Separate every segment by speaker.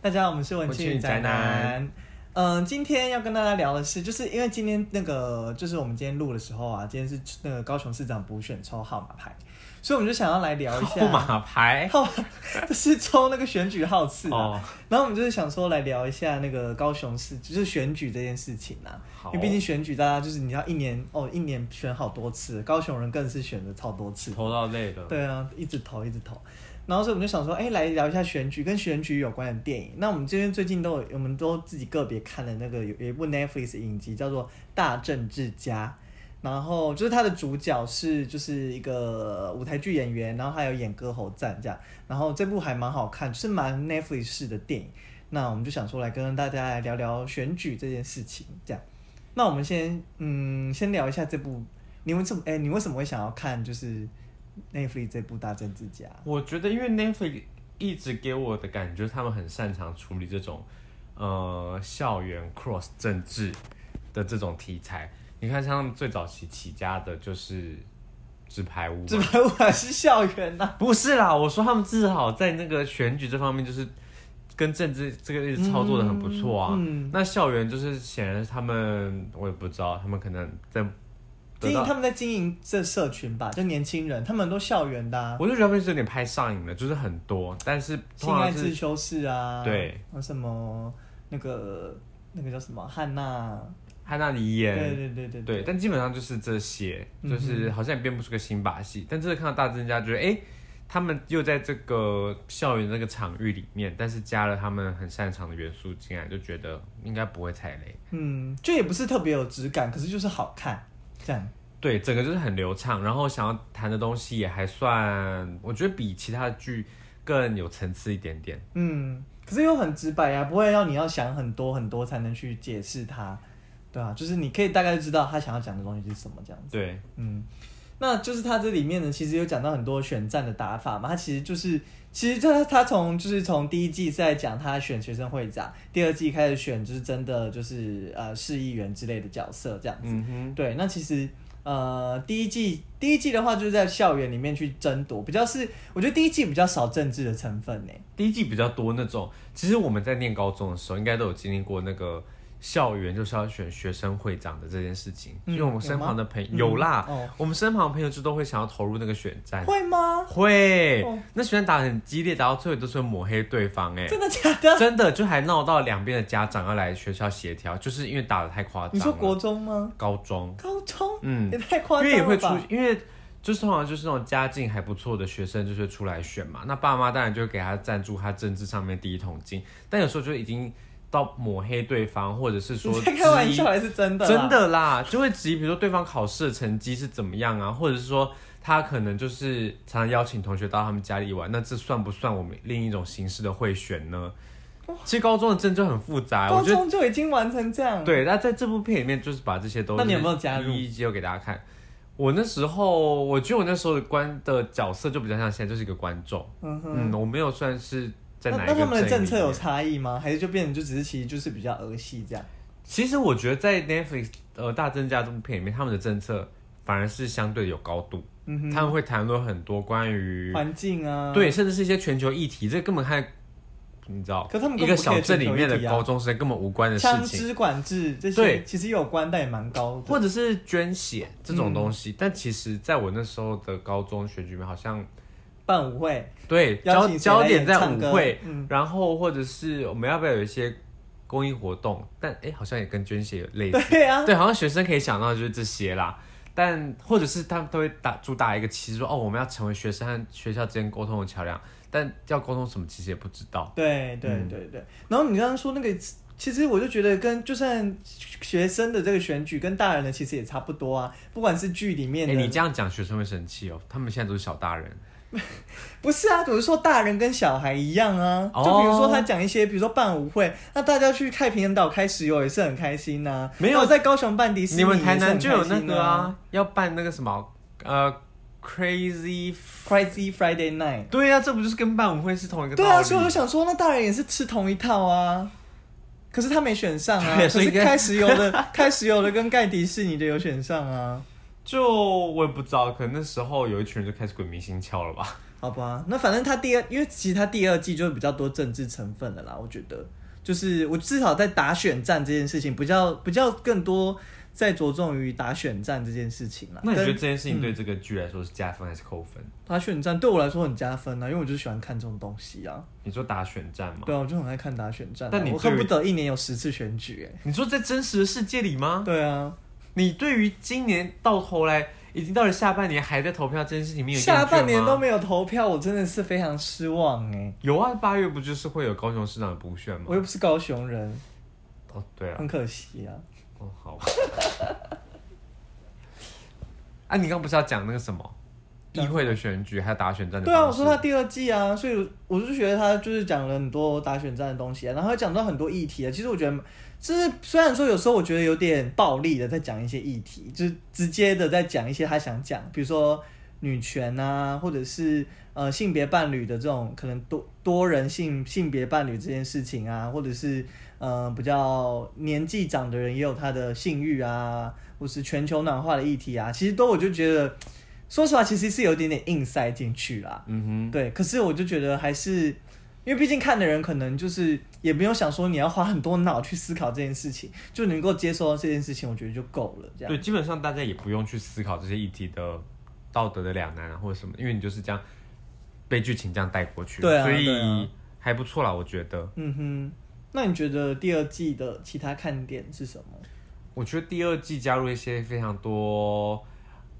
Speaker 1: 大家好，我们是文
Speaker 2: 文
Speaker 1: 青
Speaker 2: 青
Speaker 1: 宅
Speaker 2: 宅男
Speaker 1: 男。嗯，今天要跟大家聊的是，就是因为今天那个，就是我们今天录的时候啊，今天是那个高雄市长补选抽号码牌，所以我们就想要来 聊一下
Speaker 2: 号码牌
Speaker 1: 号码， 就是抽那个选举号次啊。
Speaker 2: 哦，
Speaker 1: 然后我们就是想说来聊一下那个高雄市，就是选举这件事情啊。
Speaker 2: 好哦
Speaker 1: 因为毕竟选举，大家就是你要一年哦，一年选好多次，高雄人更是选了超多次。
Speaker 2: 投到累了。
Speaker 1: 对啊，一直投一直投。然后所以我们就想说，哎、来聊一下选举跟选举有关的电影。那我们这边最近都有，我们都自己个别看了那个有有一部 Netflix 影集叫做《大政治家》，然后就是它的主角是就是一个舞台剧演员，然后还有演歌喉战这样。然后这部还蛮好看，就是蛮 Netflix 式的电影。那我们就想说来跟大家来聊聊选举这件事情，这样。那我们先嗯，先聊一下这部，你为什么哎、你为什么会想要看就是 Netflix 这部《大政治家》？
Speaker 2: 我觉得因为 Netflix 一直给我的感觉，他们很擅长处理这种呃校园 cross 政治的这种题材。你看，像他们最早期起家的就是纸牌屋嘛，
Speaker 1: 这本 我是校园啊呐、
Speaker 2: 不是啦，我说他们至少在那个选举这方面，就是跟政治这个一直操作的很不错啊。
Speaker 1: 嗯
Speaker 2: 那校园就是显然是他们，我也不知道，他们可能在
Speaker 1: 经
Speaker 2: 得
Speaker 1: 营
Speaker 2: 到
Speaker 1: 他们在经营这社群吧，就年轻人，他们都校园的、啊，
Speaker 2: 我就觉得他们是有点拍上瘾了，就是很多，但是
Speaker 1: 性
Speaker 2: 通
Speaker 1: 爱
Speaker 2: 常
Speaker 1: 自
Speaker 2: 是
Speaker 1: 修室啊，
Speaker 2: 对，
Speaker 1: 还有什么那个那个叫什么汉娜，啊
Speaker 2: 汉娜尼
Speaker 1: 对
Speaker 2: 演，
Speaker 1: 对对对
Speaker 2: 对，但基本上就是这些，
Speaker 1: 嗯哼
Speaker 2: 就是好像也变不出个新把戏。但这次看到大增加，觉得哎、诶他们又在这个校园这个场域里面，但是加了他们很擅长的元素进来，就觉得应该不会踩雷。
Speaker 1: 嗯，就也不是特别有质感，可是就是好看，这样，
Speaker 2: 对，整个就是很流畅，然后想要谈的东西也还算，我觉得比其他的剧更有层次一点点。
Speaker 1: 嗯，可是又很直白呀、啊，不会让你要想很多很多才能去解释它，对啊，就是你可以大概知道他想要讲的东西是什么这样子，
Speaker 2: 对，
Speaker 1: 嗯，那就是它这里面呢，其实有讲到很多选战的打法嘛，它其实就是，其实它它从就是从第一季是在讲他选学生会长，第二季开始选就是真的就是呃市议员之类的角色这样子，
Speaker 2: 嗯哼，
Speaker 1: 对，那其实呃，第一季第一季的话，就是在校园里面去争夺，比较是我觉得第一季比较少政治的成分呢。
Speaker 2: 第一季比较多那种，其实我们在念高中的时候，应该都有经历过那个校园就是要选学生会长的这件事情，
Speaker 1: 嗯
Speaker 2: 因为我们身旁的朋友
Speaker 1: 有吗
Speaker 2: 有啦，
Speaker 1: 嗯哦
Speaker 2: 我们身旁的朋友就都会想要投入那个选战，
Speaker 1: 会吗？
Speaker 2: 会，
Speaker 1: 哦
Speaker 2: 那选战打得很激烈，打到最后都是会抹黑对方、欸，
Speaker 1: 真的假的？
Speaker 2: 真的就还闹到两边的家长要来学校协调，就是因为打得太夸张了。
Speaker 1: 你说国中吗？
Speaker 2: 高中，
Speaker 1: 高中？
Speaker 2: 嗯
Speaker 1: 也，太夸张
Speaker 2: 因为也
Speaker 1: 了
Speaker 2: 会出
Speaker 1: 吧？，
Speaker 2: 因为就是通常就是那种家境还不错的学生，就是出来选嘛。那爸妈当然就会给他赞助他政治上面第一桶金，但有时候就已经到抹黑对方，或者是说
Speaker 1: 你在开玩笑
Speaker 2: 质疑
Speaker 1: 还是真的？
Speaker 2: 真。的啦，就会质疑，比如说对方考试的成绩是怎么样啊，或者是说他可能就是常常邀请同学到他们家里玩，那这算不算我们另一种形式的贿选呢？其实高中的政治很复杂，啊我
Speaker 1: 高
Speaker 2: 觉得。
Speaker 1: 中就已经玩成这样，，
Speaker 2: 对，那在这部片里面就是把这些东西，
Speaker 1: 那你有没有加入
Speaker 2: 一一揭露给大家看？我那时候，我觉得我那时候的观的角色就比较像现在就是一个观众，
Speaker 1: 嗯哼。
Speaker 2: 嗯，我没有算是在
Speaker 1: 那
Speaker 2: 哪一
Speaker 1: 那
Speaker 2: 个
Speaker 1: 他们的
Speaker 2: 阵
Speaker 1: 政
Speaker 2: 营
Speaker 1: 策有
Speaker 2: 里面
Speaker 1: 差异吗？还是就变成就只是其实就是比较儿戏这样？
Speaker 2: 其实我觉得在 Netflix 呃大增加这部片里面，他们的政策反而是相对有高度，
Speaker 1: 嗯哼，
Speaker 2: 他们会谈论很多关于呃
Speaker 1: 环境啊，
Speaker 2: 对，，甚至是一些全球议题，这根本和你知道，
Speaker 1: 可他们
Speaker 2: 一
Speaker 1: 根
Speaker 2: 个
Speaker 1: 本不可以
Speaker 2: 小镇里
Speaker 1: 全球
Speaker 2: 面
Speaker 1: 议
Speaker 2: 的
Speaker 1: 题啊
Speaker 2: 高中生根本无关的事
Speaker 1: 枪
Speaker 2: 情，
Speaker 1: 支管制这些
Speaker 2: 对
Speaker 1: 其实有关，但也蛮高的。
Speaker 2: 或者是捐血这
Speaker 1: 嗯
Speaker 2: 种东西，但其实在我那时候的高中选举里面，好像
Speaker 1: 办舞会，
Speaker 2: 对
Speaker 1: 邀
Speaker 2: 焦
Speaker 1: 请谁来
Speaker 2: 焦点在
Speaker 1: 唱
Speaker 2: 舞
Speaker 1: 歌
Speaker 2: 会，
Speaker 1: 嗯
Speaker 2: 然后或者是我们要不要有一些公益活动？但哎、诶好像也跟捐血有类似，
Speaker 1: 对啊，
Speaker 2: 对，好像学生可以想到的就是这些啦。但或者是他们都会打主打一个旗帜，说哦，我们要成为学生和学校之间沟通的桥梁，但要沟通什么其实也不知道。
Speaker 1: 对对
Speaker 2: 嗯
Speaker 1: 对对。然后你刚刚说那个，其实我就觉得跟就算学生的这个选举跟大人的其实也差不多啊，不管是剧里面
Speaker 2: 哎、
Speaker 1: 的，
Speaker 2: 你这样讲学生会生气哦，他们现在都是小大人。
Speaker 1: 不是啊，我是说大人跟小孩一样啊。
Speaker 2: 哦
Speaker 1: 就比如说他讲一些，比如说办舞会，那大家去太平洋岛开石油也是很开心呐、
Speaker 2: 没有
Speaker 1: 那我在高雄办迪士尼、
Speaker 2: 你们台南就有那个
Speaker 1: 啊
Speaker 2: 啊，要办那个什么呃，Crazy，
Speaker 1: ，Crazy Friday Night。
Speaker 2: 对啊，这不就是跟办舞会是同一个道
Speaker 1: 对
Speaker 2: 理？
Speaker 1: 啊，所以我就想说，那大人也是吃同一套啊。可是他没选上啊，
Speaker 2: 对
Speaker 1: 可
Speaker 2: 所以
Speaker 1: 是
Speaker 2: 应该
Speaker 1: 开石油的、开石油的跟盖迪士尼的有选上啊。
Speaker 2: 就我也不知道，可能那时候有一群人就开始鬼迷心窍了吧？
Speaker 1: 好吧，那反正他第二，因为其实他第二季就比较多政治成分的啦，我觉得，就是我至少在打选战这件事情，比较比较更多在着重于打选战这件事情啦。
Speaker 2: 那你觉得
Speaker 1: 跟
Speaker 2: 这件事情对这个剧来说是加分还是扣分？
Speaker 1: 打选战对我来说很加分啊，因为我就喜欢看这种东西啊。
Speaker 2: 你说打选战吗？
Speaker 1: 对啊，我就很爱看打选战啊、
Speaker 2: 哦但你
Speaker 1: 我
Speaker 2: 对于
Speaker 1: 恨不得一年有十次选举哎、
Speaker 2: 你说在真实的世界里吗？
Speaker 1: 对啊，
Speaker 2: 你对于今年到头来已经到了下半年还在投票这件事情没有厌倦吗
Speaker 1: 下半年都没有投票，我真的是非常失望哎、
Speaker 2: 有啊，八月不就是会有高雄市长的补选
Speaker 1: 我
Speaker 2: 吗？
Speaker 1: 又不是高雄人，
Speaker 2: 哦，对啊
Speaker 1: 很，可惜啊。
Speaker 2: 哦好 吧。啊，你刚不是要讲那个什么议会的选举，还有打选战
Speaker 1: 啊
Speaker 2: 的
Speaker 1: 对啊，我
Speaker 2: 方式
Speaker 1: 说他第二季啊，所以我就觉得他就是讲了很多打选战的东西、啊，然后还讲到很多议题啊。其实我觉得，就是虽然说有时候我觉得有点暴力的在讲一些议题，就是直接的在讲一些他想讲，比如说女权啊，或者是呃性别伴侣的这种可能多多人性性别伴侣这件事情啊，或者是呃比较年纪长的人也有他的性欲啊，或是全球暖化的议题啊，其实都我就觉得。说实话，其实是有一点点硬塞进去啦。
Speaker 2: 嗯
Speaker 1: 对，可是我就觉得还是，因为毕竟看的人可能就是也没有想说你要花很多脑去思考这件事情，就能够接受到这件事情，我觉得就够了。这样
Speaker 2: 哼，对，基本上大家也不用去思考这些议题的道德的两难啊，或者什么，因为你就是这样被剧情这样带过去，
Speaker 1: 对啊
Speaker 2: 所
Speaker 1: 对啊
Speaker 2: 以还不错啦，我觉得。
Speaker 1: 嗯哼，那你觉得第二季的其他看点是什么？
Speaker 2: 我觉得第二季加入一些非常多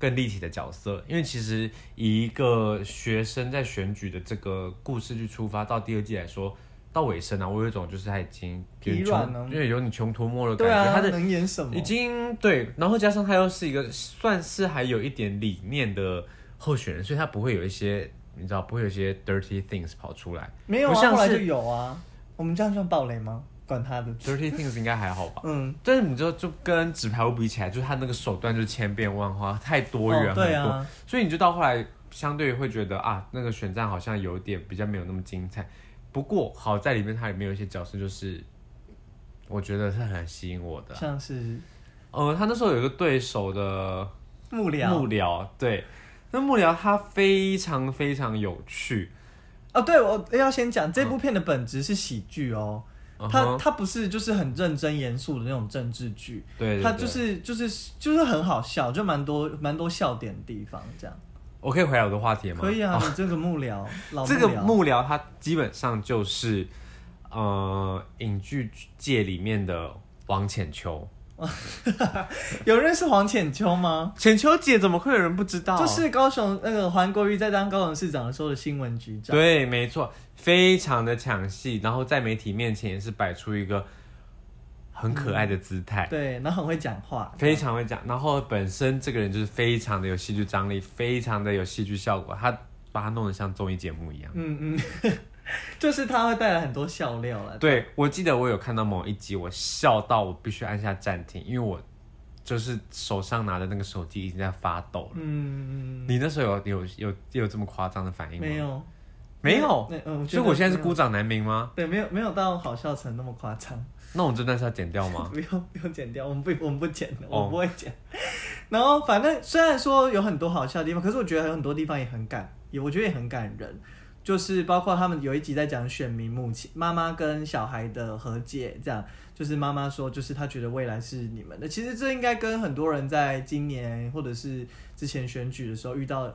Speaker 2: 更立体的角色，因为其实以一个学生在选举的这个故事去出发，到第二季来说，到尾声啊，我有一种就是他已经
Speaker 1: 疲软了
Speaker 2: 因为有你穷途末路的
Speaker 1: 对
Speaker 2: 感觉，
Speaker 1: 啊，
Speaker 2: 他的
Speaker 1: 能演啊什么
Speaker 2: 已？经对，然后加上他又是一个算是还有一点理念的候选人，所以他不会有一些你知道不会有一些 dirty things 跑出来
Speaker 1: 没有啊，
Speaker 2: 不像
Speaker 1: 后来
Speaker 2: 是
Speaker 1: 就有啊。我们这样算暴雷吗？管他的。
Speaker 2: ，dirty things 应该还好吧。
Speaker 1: 嗯，
Speaker 2: 但是你知道，就跟纸牌屋比起来，就是他那个手段就是千变万化，太多元
Speaker 1: 哦
Speaker 2: 很多，
Speaker 1: 对啊
Speaker 2: 所以你就到后来相对会觉得啊，那个选战好像有点比较没有那么精彩。不过好在里面它里面有一些角色就是，我觉得是很吸引我的。
Speaker 1: 像是
Speaker 2: 呃，他那时候有一个对手的
Speaker 1: 幕僚
Speaker 2: 幕僚，对，那幕僚他非常非常有趣，
Speaker 1: 哦，对，我要先讲这部片的本质是喜剧哦，
Speaker 2: 嗯
Speaker 1: 它
Speaker 2: 哼
Speaker 1: 它不是就是很认真严肃的那种政治剧，
Speaker 2: 对对
Speaker 1: 它
Speaker 2: 对
Speaker 1: 就是就是就是很好笑，就蛮多蛮多笑点的地方，这样
Speaker 2: 我可以回来我的话题吗？哦
Speaker 1: 可以啊。你这个幕僚，老
Speaker 2: 这个
Speaker 1: 僚
Speaker 2: 幕僚他基本上就是，呃，影剧界里面的王浅秋。
Speaker 1: 有认识黄浅秋吗？
Speaker 2: 浅秋姐怎么会有人不知道？
Speaker 1: 就是高雄那个黄国瑜在当高雄市长的时候的新闻局长，
Speaker 2: 对，没错，非常的抢戏，然后在媒体面前也是摆出一个很可爱的姿态。
Speaker 1: 对，然后很会讲话，
Speaker 2: 非常会讲，然后本身这个人就是非常的有戏剧张力，非常的有戏剧效果，他把他弄得像综艺节目一样。
Speaker 1: 嗯嗯， 就是他会带来很多笑料了。
Speaker 2: 对，我记得我有看到某一集，我笑到我必须按下暂停，因为我就是手上拿的那个手机已经在发抖了。
Speaker 1: 嗯，
Speaker 2: 你那时候有有有有这么夸张的反应吗？
Speaker 1: 没，有，
Speaker 2: 没有。
Speaker 1: 那嗯，觉
Speaker 2: 所以
Speaker 1: 得
Speaker 2: 我现在是
Speaker 1: 没有
Speaker 2: 孤掌难鸣吗？
Speaker 1: 对，没有没有到好笑成那么夸张，
Speaker 2: 那我这段是要剪掉吗？
Speaker 1: 不用不用剪掉，我们不我们不剪的，
Speaker 2: 哦
Speaker 1: 我不会剪。然后反正虽然说有很多好笑的地方，可是我觉得还有很多地方也很感，也我觉得也很感人，就是包括他们有一集在讲选民母亲妈妈跟小孩的和解，这样就是妈妈说，就是她觉得未来是你们的。其实这应该跟很多人在今年或者是之前选举的时候遇到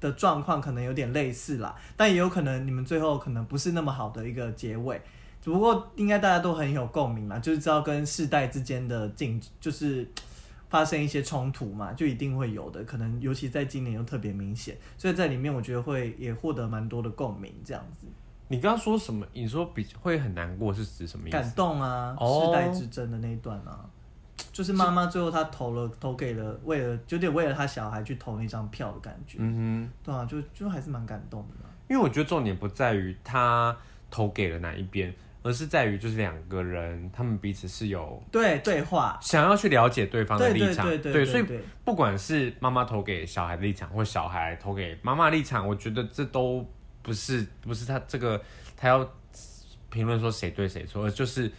Speaker 1: 的状况可能有点类似啦，但也有可能你们最后可能不是那么好的一个结尾。只不过应该大家都很有共鸣啦，就是知道跟世代之间的竞，就是发生一些冲突嘛，就一定会有的。可能尤其在今年又特别明显，所以在里面我觉得会也获得蛮多的共鸣，这样子
Speaker 2: 你刚刚说什么？你说比会很难过是指什么意
Speaker 1: 感
Speaker 2: 思？
Speaker 1: 动啊，
Speaker 2: 哦
Speaker 1: 世代之争的那一段啊。就是妈妈最后她投了，投给了为了有点为了她小孩去投那张票的感觉，
Speaker 2: 嗯哼，
Speaker 1: 对啊，就就还是蛮感动的嘛。
Speaker 2: 因为我觉得重点不在于他投给了哪一边，而是在于就是两个人他们彼此是有
Speaker 1: 对对话，
Speaker 2: 想要去了解对方的
Speaker 1: 对
Speaker 2: 立
Speaker 1: 对
Speaker 2: 场，
Speaker 1: 对对，
Speaker 2: 所以
Speaker 1: 对
Speaker 2: 不管是妈妈投给小孩的立场，或小孩投给妈妈的立场，我觉得这都不是不是他这个他要评论说谁对谁错，而就是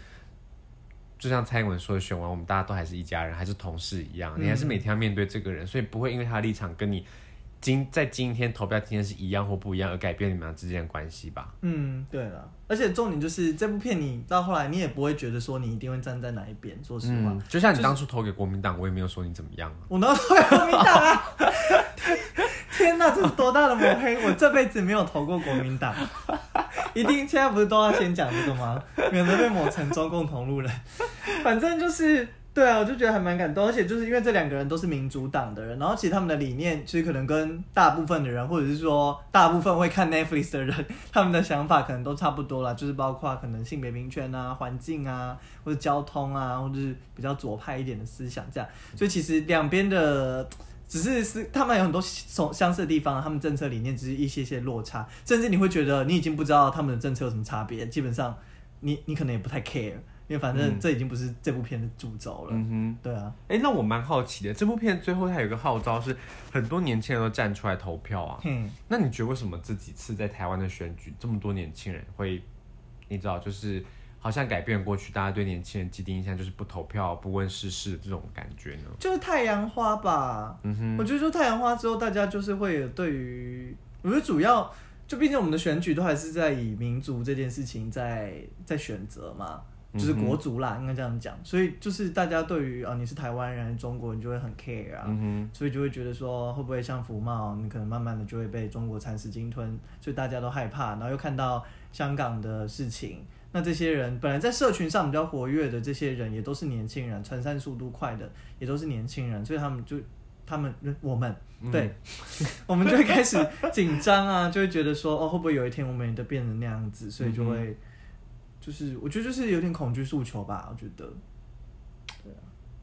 Speaker 2: 就像蔡英文说的，选完我们大家都还是一家人，还是同事一样，
Speaker 1: 嗯
Speaker 2: 你还是每天要面对这个人，所以不会因为他的立场跟你今在今天投票今天是一样或不一样，而改变你们俩之间的关系吧。
Speaker 1: 嗯，对了，而且重点就是这部片你到后来你也不会觉得说你一定会站在哪一边，说实话。
Speaker 2: 嗯，就像你当初投给国民党，我也没有说你怎么样啊。
Speaker 1: 我哪投国民党啊？ 天哪，这是多大的抹黑！我这辈子没有投过国民党，一定现在不是都要先讲这个吗？免得被抹成中共同路人。 反正就是对啊，我就觉得还蛮感动，而且就是因为这两个人都是民主党的人，然后其实他们的理念其实可能跟大部分的人，或者是说大部分会看 Netflix 的人，他们的想法可能都差不多啦，就是包括可能性别平权啊、环境啊，或者交通啊，或者是比较左派一点的思想这样。所以其实两边的只是是他们有很多相相似的地方，他们政策理念只是一些些落差，甚至你会觉得你已经不知道他们的政策有什么差别，基本上你你可能也不太 care，因为反正这已经不是这部片的主轴了。
Speaker 2: 嗯哼，
Speaker 1: 对啊，
Speaker 2: 哎、那我蛮好奇的，这部片最后它有一个号召是很多年轻人都站出来投票啊。
Speaker 1: 嗯，
Speaker 2: 那你觉得为什么这几次在台湾的选举，这么多年轻人会，你知道，就是好像改变过去大家对年轻人既定印象就是不投票、不问世事的这种感觉呢？
Speaker 1: 就是太阳花吧。
Speaker 2: 嗯哼，
Speaker 1: 我觉得说太阳花之后，大家就是会有对于，我觉得主要就毕竟我们的选举都还是在以民族这件事情在在选择嘛，
Speaker 2: 嗯
Speaker 1: 就是国族啦，应该这样讲。所以就是大家对于啊你是台湾人、中国人就会很 care 啊，
Speaker 2: 嗯哼，
Speaker 1: 所以就会觉得说会不会像福茂，你可能慢慢的就会被中国蚕食鲸吞，所以大家都害怕，然后又看到香港的事情。那这些人本来在社群上比较活跃的这些人，也都是年轻人，传散速度快的也都是年轻人，所以他们就他们我
Speaker 2: 嗯
Speaker 1: 们 对，我们就会开始紧张啊，就会觉得说哦，会不会有一天我们也都变成那样子，所以就会、就是我觉得就是有点恐惧诉求吧，我觉得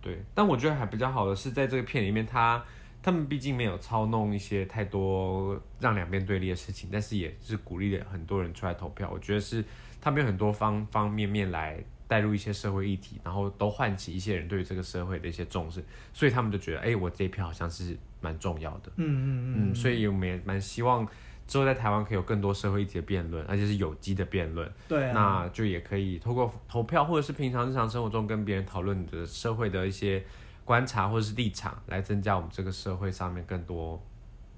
Speaker 2: 对，但我觉得还比较好的是，在这个片里面他，他们毕竟没有操弄一些太多让两边对立的事情，但是也是鼓励了很多人出来投票。我觉得是他们有很多方方面面来带入一些社会议题，然后都唤起一些人对于这个社会的一些重视，所以他们就觉得，哎、我这一票好像是蛮重要的。
Speaker 1: 嗯嗯嗯
Speaker 2: 嗯，所以我们也蛮希望之后在台湾可以有更多社会议题的辩论，而且是有机的辩论。
Speaker 1: 对啊，
Speaker 2: 那就也可以透过投票，或者是平常日常生活中跟别人讨论你的社会的一些观察或者是立场，来增加我们这个社会上面更多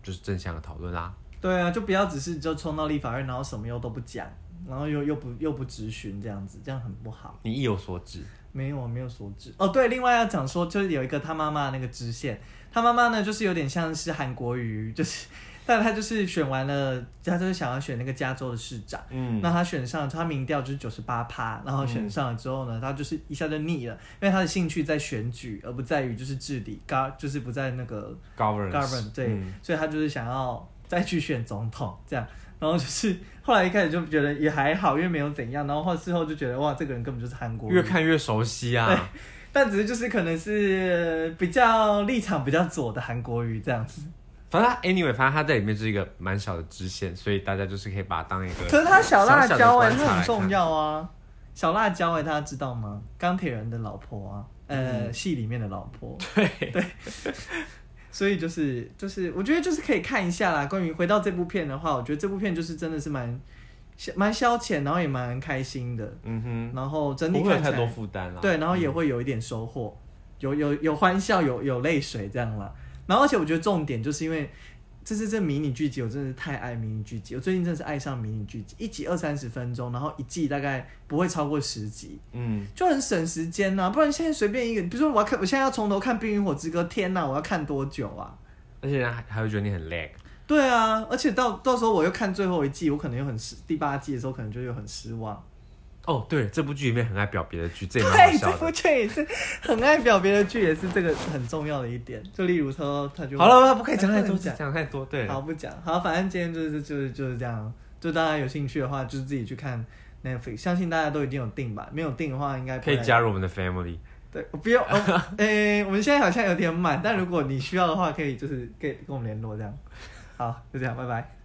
Speaker 2: 就是正向的讨论啦。
Speaker 1: 对啊，就不要只是就冲到立法院，然后什么又都不讲，然后又又不又不质询这样子，这样很不好。
Speaker 2: 你意有所指，
Speaker 1: 没有没有所指哦，对，另外要讲说，就是有一个他妈妈那个支线，他妈妈呢就是有点像是韩国瑜，就是，但他就是选完了，他就是想要选那个加州的市长。
Speaker 2: 嗯，
Speaker 1: 那他选上，他民调就是九十八趴，然后选上了之后呢，他就是一下就腻了，因为他的兴趣在选举，而不在于就是治理，govern 就是不在那个
Speaker 2: govern
Speaker 1: govern 对，
Speaker 2: 嗯
Speaker 1: 所以他就是想要再去选总统这样，然后就是后来一开始就觉得也还好，因为没有怎样，然后后事后就觉得哇，这个人根本就是韩国
Speaker 2: 越
Speaker 1: 人，
Speaker 2: 看越熟悉啊。
Speaker 1: 但只是就是可能是比较立场比较左的韩国瑜这样子，
Speaker 2: 反正他 anyway，反正他在里面是一个蛮小的支线，所以大家就是可以把它当一个
Speaker 1: 可 是他小辣
Speaker 2: 小
Speaker 1: 椒哎、
Speaker 2: 的观察
Speaker 1: 他很
Speaker 2: 来
Speaker 1: 重
Speaker 2: 看。
Speaker 1: 要啊，小辣椒哎、大家知道吗？钢铁人的老婆啊，
Speaker 2: 嗯
Speaker 1: 呃，戏、里面的老婆，对对， 所以就是就是，我觉得就是可以看一下啦。关于回到这部片的话，我觉得这部片就是真的是蛮消蛮消遣，然后也蛮开心的，
Speaker 2: 嗯哼，
Speaker 1: 然后整体
Speaker 2: 不会有
Speaker 1: 看起
Speaker 2: 太多
Speaker 1: 来
Speaker 2: 负担啊啦。
Speaker 1: 对，然后也会有一点收获，有有有欢笑，有有泪水这样啦。然后而且我觉得重点就是因为这是这迷你剧集，我真的是太爱迷你剧集，我最近真的是爱上迷你剧集，一集二三十分钟，然后一季大概不会超过十集，
Speaker 2: 嗯，
Speaker 1: 就很省时间呐、不然现在随便一个，比如说我要看，我现在要从头看《冰与火之歌》，天呐，我要看多久啊？
Speaker 2: 而且人还还会觉得你很 lag。
Speaker 1: 对啊，而且到到时候我又看最后一季，我可能又很失，第八季的时候可能就又很失望。
Speaker 2: 哦，对，这部剧里面很爱表别的剧，这也蛮好
Speaker 1: 对，这
Speaker 2: 笑的
Speaker 1: 部。剧也是很爱表别的剧，也是这个很重要的一点。就例如说，他就
Speaker 2: 好了，不可以讲太
Speaker 1: 不
Speaker 2: 多，
Speaker 1: 能讲
Speaker 2: 讲太多，对。
Speaker 1: 好不讲，好，反正今天就是就是就是这样。就大家有兴趣的话，就是自己去看 Netflix，相信大家都已经有订吧。没有订的话，应该不
Speaker 2: 可以
Speaker 1: 然
Speaker 2: 加入我们的 family。
Speaker 1: 对，不 用。哦诶、我们现在好像有点满，但如果你需要的话，可以就是可以跟我们联络这样。好，就这样，拜拜。